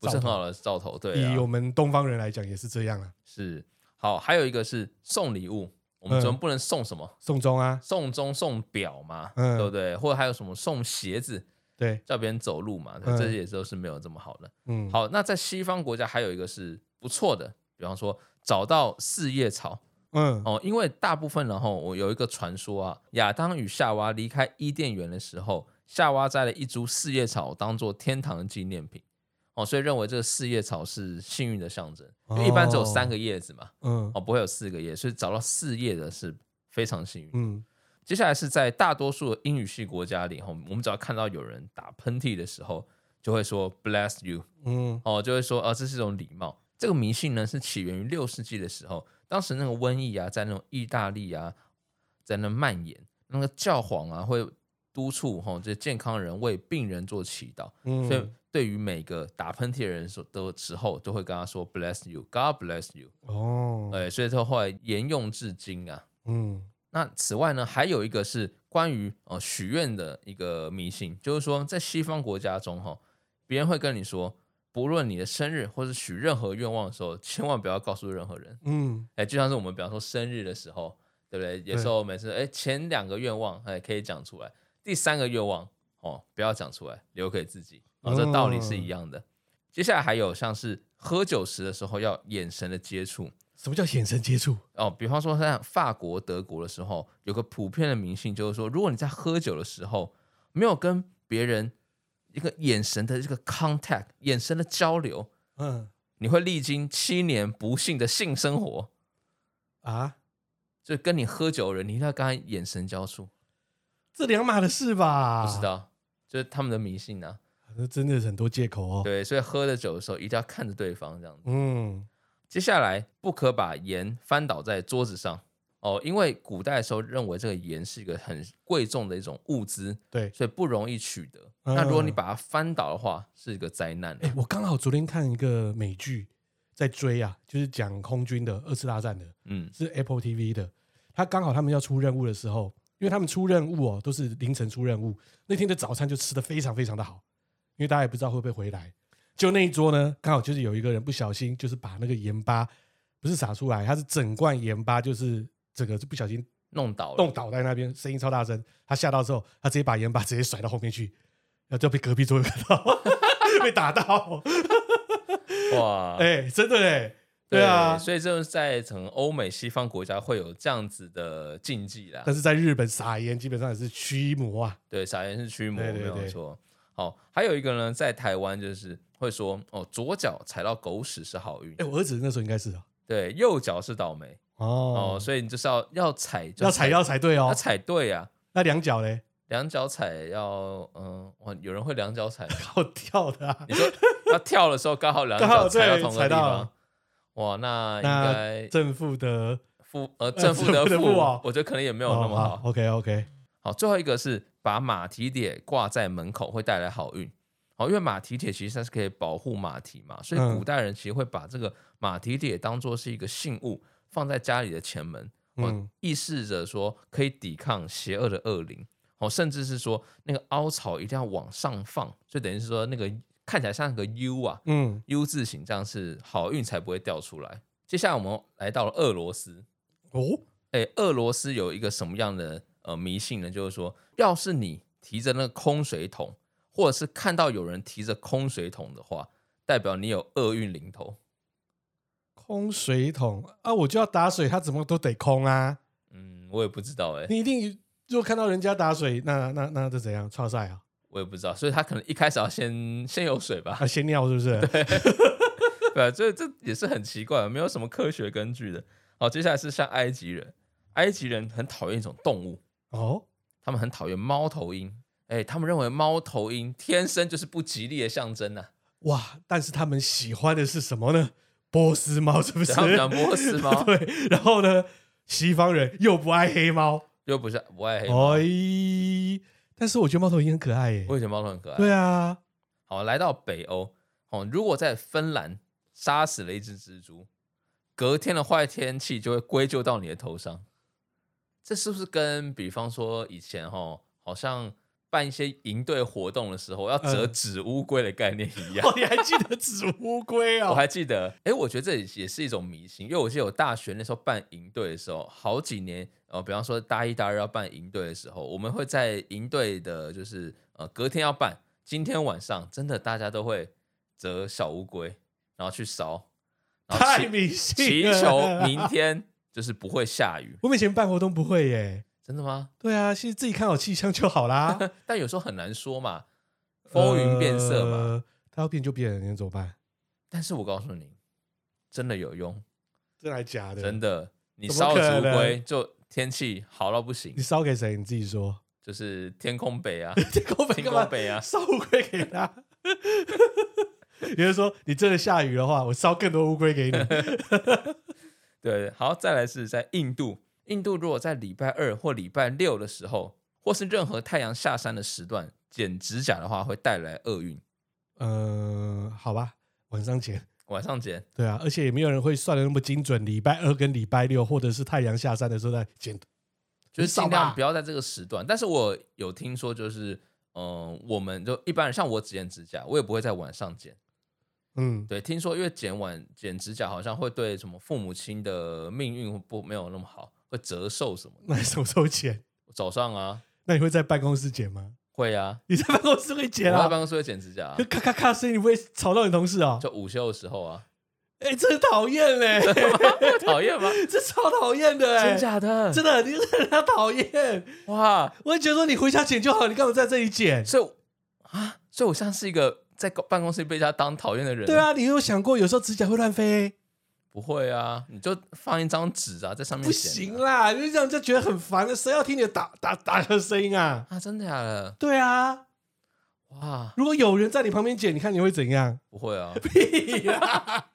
不是很好，的兆头。对、啊，
以我们东方人来讲也是这样啊，
是好，还有一个是送礼物，我
嗯
们总不能送什么、
送终啊，
送钟、送表嘛，
嗯
对不对？或者还有什么送鞋子，
对，
叫别人走路嘛，
嗯
这些也都是没有这么好的。
嗯，
好，那在西方国家还有一个是不错的，比方说找到四叶草
嗯，
哦，因为大部分然后我有一个传说啊，亚当与夏娃离开伊甸园的时候，夏娃摘了一株四叶草当做天堂的纪念品。哦，所以认为这个四叶草是幸运的象征，因为一般只有三个叶子嘛。
嗯
哦，不会有四个页，所以找到四页的是非常幸运。
嗯，
接下来是在大多数的英语系国家里，哈，我们只要看到有人打喷嚏的时候，就会说 “bless you”，
嗯
哦，就会说啊，这是一种礼貌。这个迷信呢，是起源于六世纪的时候，当时那个瘟疫啊，在那种意大利啊，在那蔓延，那个教皇啊会督促哈、哦、这健康人为病人做祈祷，所以
嗯，
对于每个打喷嚏的人说的时候，都会跟他说 “bless you”，God bless you。
哦，
对，所以说后来沿用至今啊。
嗯
那此外呢，还有一个是关于呃许愿的一个迷信，就是说在西方国家中哈，别人会跟你说，不论你的生日或是许任何愿望的时候，千万不要告诉任何人。
嗯，
哎，就像是我们比方说生日的时候，对不对？有时候每次哎前两个愿望哎可以讲出来，第三个愿望哦不要讲出来，留给自己。哦，这道理是一样的。接下来还有像是喝酒时的时候要眼神的接触，
什么叫眼神接触？
哦，比方说像法国、德国的时候，有个普遍的迷信，就是说，如果你在喝酒的时候没有跟别人一个眼神的这个 contact，眼神的交流，
嗯
你会历经七年不幸的性生活。
啊，
就跟你喝酒的人，你一定要跟他眼神交触，
这两码的事吧？
不知，道，就是他们的迷信啊。
这真的是很多借口哦。
对，所以喝了酒的时候一定要看着对方这样子。
嗯，
接下来不可把盐翻倒在桌子上哦，因为古代的时候认为这个盐是一个很贵重的一种物资，
对。
所以不容易取得。
嗯
那如果你把它翻倒的话，是一个灾难。欸
哎，我刚好昨天看一个美剧，在追啊，就是讲空军的二次大战的，
嗯，
是 Apple TV 的，他刚好他们要出任务的时候，因为他们出任务哦，都是凌晨出任务，那天的早餐就吃的非常非常的好，因为大家也不知道会不会回来。就那一桌呢，刚好就是有一个人不小心，就是把那个盐巴不是撒出来，他是整罐盐巴，就是整个就不小心
弄倒了，
弄倒在那边，声音超大声。他吓到之后，他直接把盐巴直接甩到后面去，然后就被隔壁桌看到， 被打到。
哇！
哎、真的哎、对啊。
所以就是在整个欧美西方国家会有这样子的禁忌啦。
但是在日本撒盐基本上也是驱魔啊，
对，撒盐是驱魔，
对对
没有
对
错。好，还有一个呢，在台湾就是会说哦，左脚踩到狗屎是好运
哎、，我儿子那时候应该是啊
对，右脚是倒霉
哦，
哦，所以你就是要要踩，就
要踩要踩对
要
哦，
踩对啊，
那两脚嘞，
两脚踩要嗯，哇，有人会两脚踩吗，
好跳的、啊
你， 说要跳的时候刚好两
刚好
脚踩到
对
同个
踩
地
到
方，哇，那应
那
该
正负的
负呃正负得
正负得
负
负哦，
我觉得可能也没有那么好。
OK OK，
好，最后一个是把马蹄铁挂在门口会带来好运。好，因为马蹄铁其实它是可以保护马蹄嘛，所以
嗯
古代人其实会把这个马蹄铁当做是一个信物，放在家里的前门，哦
嗯，
意示着说可以抵抗邪恶的恶灵。哦，甚至是说那个凹槽一定要往上放，就等于是说那个看起来像个 U 啊
嗯，
，U 字形，这样是好运才不会掉出来。接下来我们来到了俄罗斯，
哦，
哎，俄罗斯有一个什么样的呃迷信呢？就是说，要是你提着那个空水桶，或者是看到有人提着空水桶的话，代表你有厄运临头。
空水桶啊，我就要打水，他怎么都得空啊，
嗯，我也不知道哎、
你一定如果看到人家打水，那那那这怎样？创赛啊，
我也不知道，所以他可能一开始要先先有水吧
啊，，先尿是不是？
对啊，这这也是很奇怪，没有什么科学根据的。好，接下来是像埃及人，埃及人很讨厌一种动物，
哦，
他们很讨厌猫头鹰。哎，他们认为猫头鹰天生就是不吉利的象征呐、啊。
哇，但是他们喜欢的是什么呢？波斯猫是不是？
对他们讲波斯 猫
对，然后呢，西方人又不爱黑猫，
又不是不爱黑猫，
哎，但是我觉得猫头鹰很可爱耶。
为什么猫头很可爱？
对 啊，
好，来到北欧，哦，如果在芬兰杀死了一只蜘蛛，隔天的坏天气就会归咎到你的头上。这是不是跟比方说以前哈，好像办一些营队活动的时候要折
嗯
纸乌龟的概念一样？
哦，你还记得纸乌龟
我
哦？
还记得，哎，我觉得这也是一种迷信，因为我记得我大学那时候办营队的时候，好几年，呃，比方说大一、大二要办营队的时候，我们会在营队的，就是呃，隔天要办，今天晚上真的大家都会折小乌龟，然后去烧，然后
太
祈
迷信
祈
了。
求明天就是不会下雨，
我们以前办活动不会耶。
真的吗？
对啊，其实自己看好气象就好啦。
但有时候很难说嘛， 风云变色嘛。
呃，它要变就变，你能怎么办？
但是我告诉你，真的有用，
真的还假的？
真的，你
怎么
烧了
可
纸乌龟
能
就天气好到不行
你。烧给谁？你自己 说。
就是天空北 啊，
这个我
天
干嘛
空北啊，
烧乌龟给他。 也就是说，你真的下雨的话，我烧更多乌龟 给你。
对，好，再来是在印度，印度如果在礼拜二或礼拜六的时候，或是任何太阳下山的时段剪指甲的话，会带来厄运。
嗯，好吧，晚上剪。
晚上剪，
对啊，而且也没有人会算的那么精准。礼拜二跟礼拜六，或者是太阳下山的时候再剪。
就是
你扫
尽量
吧
不要在这个时段。但是我有听说，就是嗯、呃我们就一般人像我只剪指甲，我也不会在晚上剪。
嗯，
对，听说因为剪晚剪指甲好像会对什么父母亲的命运不没有那么好，会折寿什么的。
那你什么时候剪？
早上啊，
那你会在办公室剪吗？
会啊，
你在办公室会
我
剪
在
啊
办？公室会剪指甲、啊
就，咔咔咔声音，你不会吵到你同事啊、
就午休的时候啊。
哎、这很讨厌嘞，
讨厌吗？
这超讨厌的哎、
真假 的？
真的，你这人家讨厌。
哇！
我也觉得说你回家剪就好，你干嘛在这里剪？
所以我啊，所以我像是一个在公办公室被人家当讨厌的人。
对，啊，你有想过有时候指甲会乱飞？
不会啊，你就放一张纸啊，在上面
不
写
行啦，你这样就觉得很烦了，谁要听你的打打打的声音啊？
啊，真的假的？
对啊，
哇，
如果有人在你旁边剪，你看你会怎样？
不会啊，
屁啦！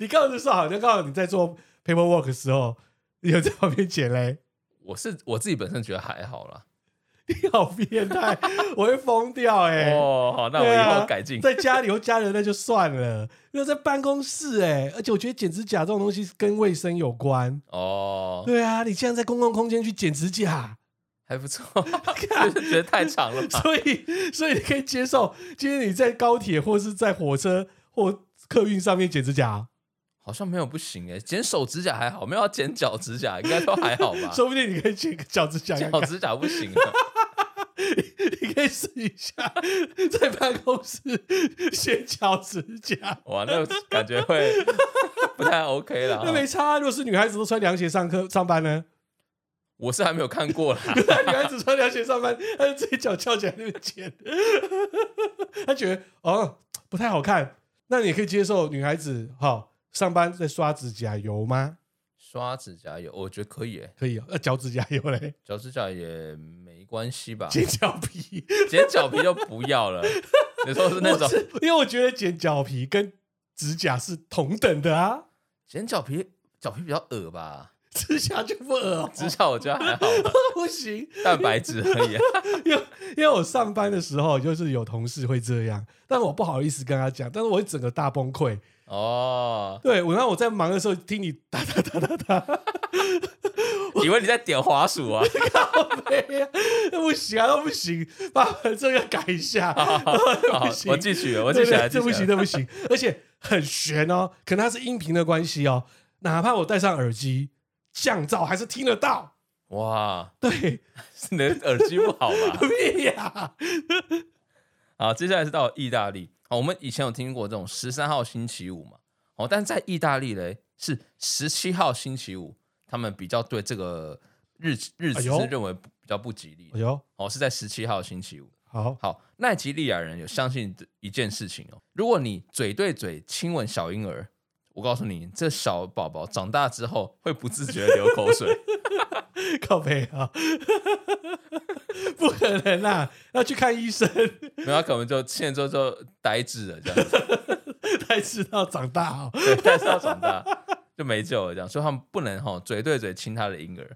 你告诉说好像告诉你在做 paperwork 的时候，有在旁边剪嘞，
我是我自己本身觉得还好啦，
你好变态，我会疯掉哎、
哦，好，那我
对啊
以后改进。哦
在家里有家人那就算了，那在办公室哎、而且我觉得剪指甲这种东西是跟卫生有关。
哦，
对啊，你竟然在公共空间去剪指 甲，
还不错， 就是觉得太长了吧？
所以所以你可以接受，今天你在高铁或是在火车或客运上面剪指甲，
好像没有不行哎，剪手指甲还好，没有要剪脚指甲，应该都还好吧？
说不定你可以剪个脚趾甲看
脚
看，
指甲不行啊，
你可以试一下，在办公室剪脚趾甲。
哇，那感觉会不太 OK 了
那。没差啊、如果是女孩子都穿凉鞋上课上班 呢？
我是还没有看过啦，
女孩子穿凉鞋上班，她就自己脚翘起来那边剪， 她觉得哦不太好看。那你也可以接受女孩子哈、上班在刷指甲油吗？
刷指甲油，我觉得可以哎，
可以啊，呃脚趾甲油嘞，
脚指甲也没关系吧？
剪脚皮。
剪脚皮就不要了，你说是 那种
我是因为我觉得剪脚皮跟指甲是同等的啊，
剪脚皮，脚皮比较恶吧？
指甲就不恶、哦，
指甲我觉得还好吧，
不行。
蛋白质而已。啊
因为因为我上班的时候就是有同事会这样，但我不好意思跟他讲，但是我会整个大崩溃。
哦，
对我，然后我在忙的时候听你打打打打打，
以为你在点滑鼠啊？
那 不行啊，那不行，把这个改一下，
好
不行，
我记取了，我记起
啊
来，
对对这不
记起
行，
来
这不行，而且很悬哦，可能它是音频的关系哦，哪怕我戴上耳机，降噪还是听得到。
哇，
对，
是你的耳机不好吧？
屁呀、
好，接下来是到意大利。好，我们以前有听过这种十三号星期五嘛？哦，但是在意大利嘞，是十七号星期五，他们比较对这个日日子
哎呦
是认为不比较不吉利的
哎。呦，
哦，是在十七号星期五。
好，
好，奈及利亚人有相信一件事情哦，如果你嘴对嘴亲吻小婴儿，我告诉你，这小宝宝长大之后会不自觉地流口水。
靠背啊， 不可能啦、要去看医生
没有，他可能就现在就就呆滞了这样子，
才知道长大哦。
对，但是要长大就没救了这样，所以他们不能哈、嘴对嘴亲他的婴儿。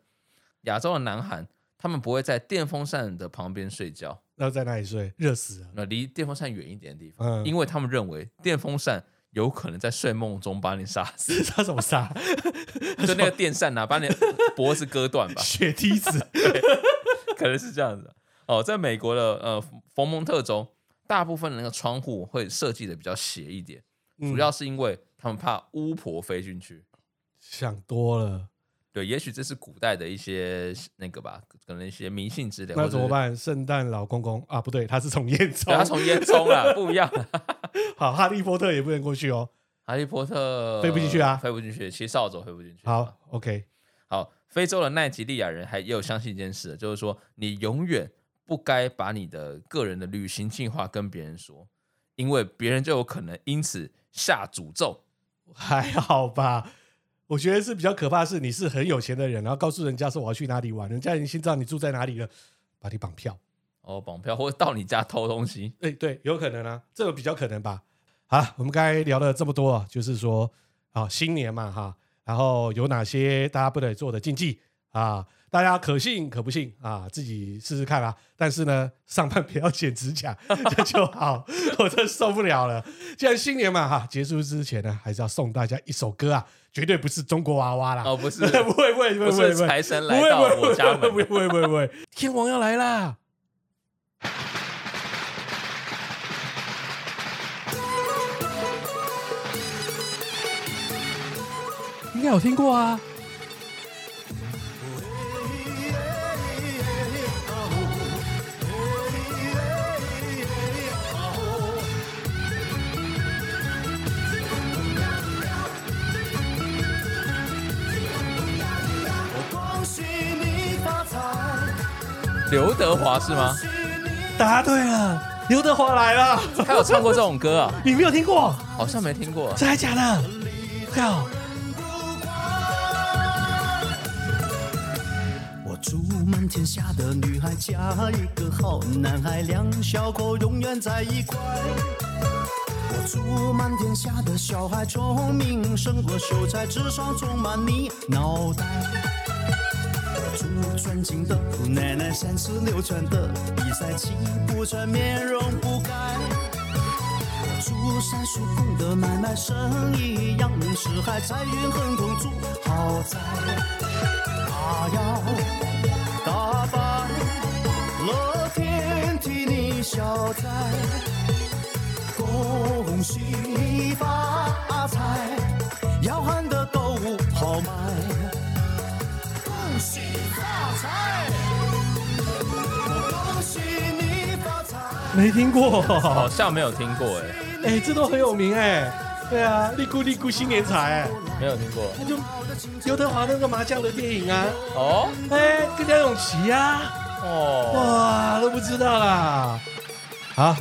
亚洲的南韩，他们不会在电风扇的旁边睡觉，
然后在那里睡，热死了。
那离电风扇远一点的地 方，
嗯，
因为他们认为电风扇有可能在睡梦中把你杀死，
他怎么杀？
就那个电扇呐、把你脖子割断吧。
血滴子。
可能是这样子。哦，在美国的呃佛蒙特州，大部分的那个窗户会设计的比较斜一点，
嗯
主要是因为他们怕巫婆飞进去。
想多了，
对，也许这是古代的一些那个吧，可能一些迷信之类。
那
或者
怎么？办？圣诞老公公啊，不对，他是从烟囱
对，啊他。从烟囱啦，不一样啦。
好，哈利波特也不能过去哦。
哈利波 特
飞不进去啊
飞不进去，骑扫帚飞不进去。啊
好，OK，
好，非洲的奈及利亚人还也有相信一件事，就是说你永远不该把你的个人的旅行计划跟别人说，因为别人就有可能因此下诅咒。
还好吧。我觉得是比较可怕的是，你是很有钱的人，然后告诉人家说我要去哪里玩，人家已经先知道你住在哪里了，把你绑票。
哦，绑票或者到你家偷东西，
哎、对，有可能啊，这个比较可能吧。好，我们刚才聊了这么多，啊，就是说，啊，新年嘛，哈，然后有哪些大家不得做的禁忌啊？大家可信可不信啊？自己试试看啦、但是呢，上班不要剪指甲，这就好。我真受不了了。既然新年嘛，哈，结束之前呢，还是要送大家一首歌啊，绝对不是中国娃娃啦。
哦，不是
不，会，不会，不会，
不
不会，
是
不会。
财神
不
来
会
到
不
我
会
家
不会
门，
不会不会不会，天王要来啦！应该有听过啊，
恭喜你发财！
刘德华是吗？
答对了，刘德华来了，
他有唱过这种歌啊？
你没有听过？
好像没听过。
真的假的？靠！
我祝满天下的女孩嫁一个好男孩，两小口永远在一块。我祝满天下的小孩聪明胜过秀才，智商充满你脑袋。珠转经的奶奶三十六转的，比赛气不喘，面容不改。珠山叔公的买卖生意，扬名四海，财运亨通，住豪宅。大摇大摆，乐天替你消灾，恭喜发财，要喊的购物豪迈，恭喜发财，恭喜你发财。
没听过，
好像没有听过哎、
哎、这都很有名哎、对啊，利姑利姑新年财、哎
没有听过
那就刘德华那个麻将的电影啊，
哦
哎、跟梁咏琪啊，
哦，
哇，都不知道啦。好，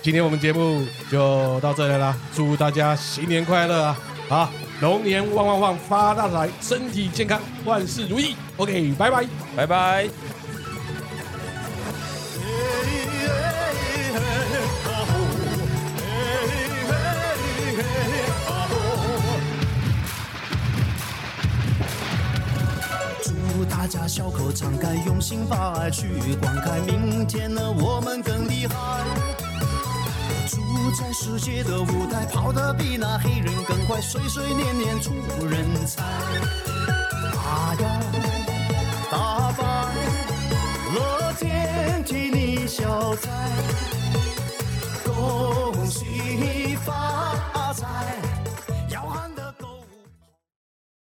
今天我们节目就到这里啦，祝大家新年快乐啊！好，龙年旺旺旺，发大财，身体健康，万事如意。OK，拜拜。
拜拜。
祝大家笑口常开，用心把爱去灌溉。明天呢，我们更厉害。住在世界的舞台，跑得比那黑人更快，岁岁年年出人才。大摇大摆，乐天替你消灾，恭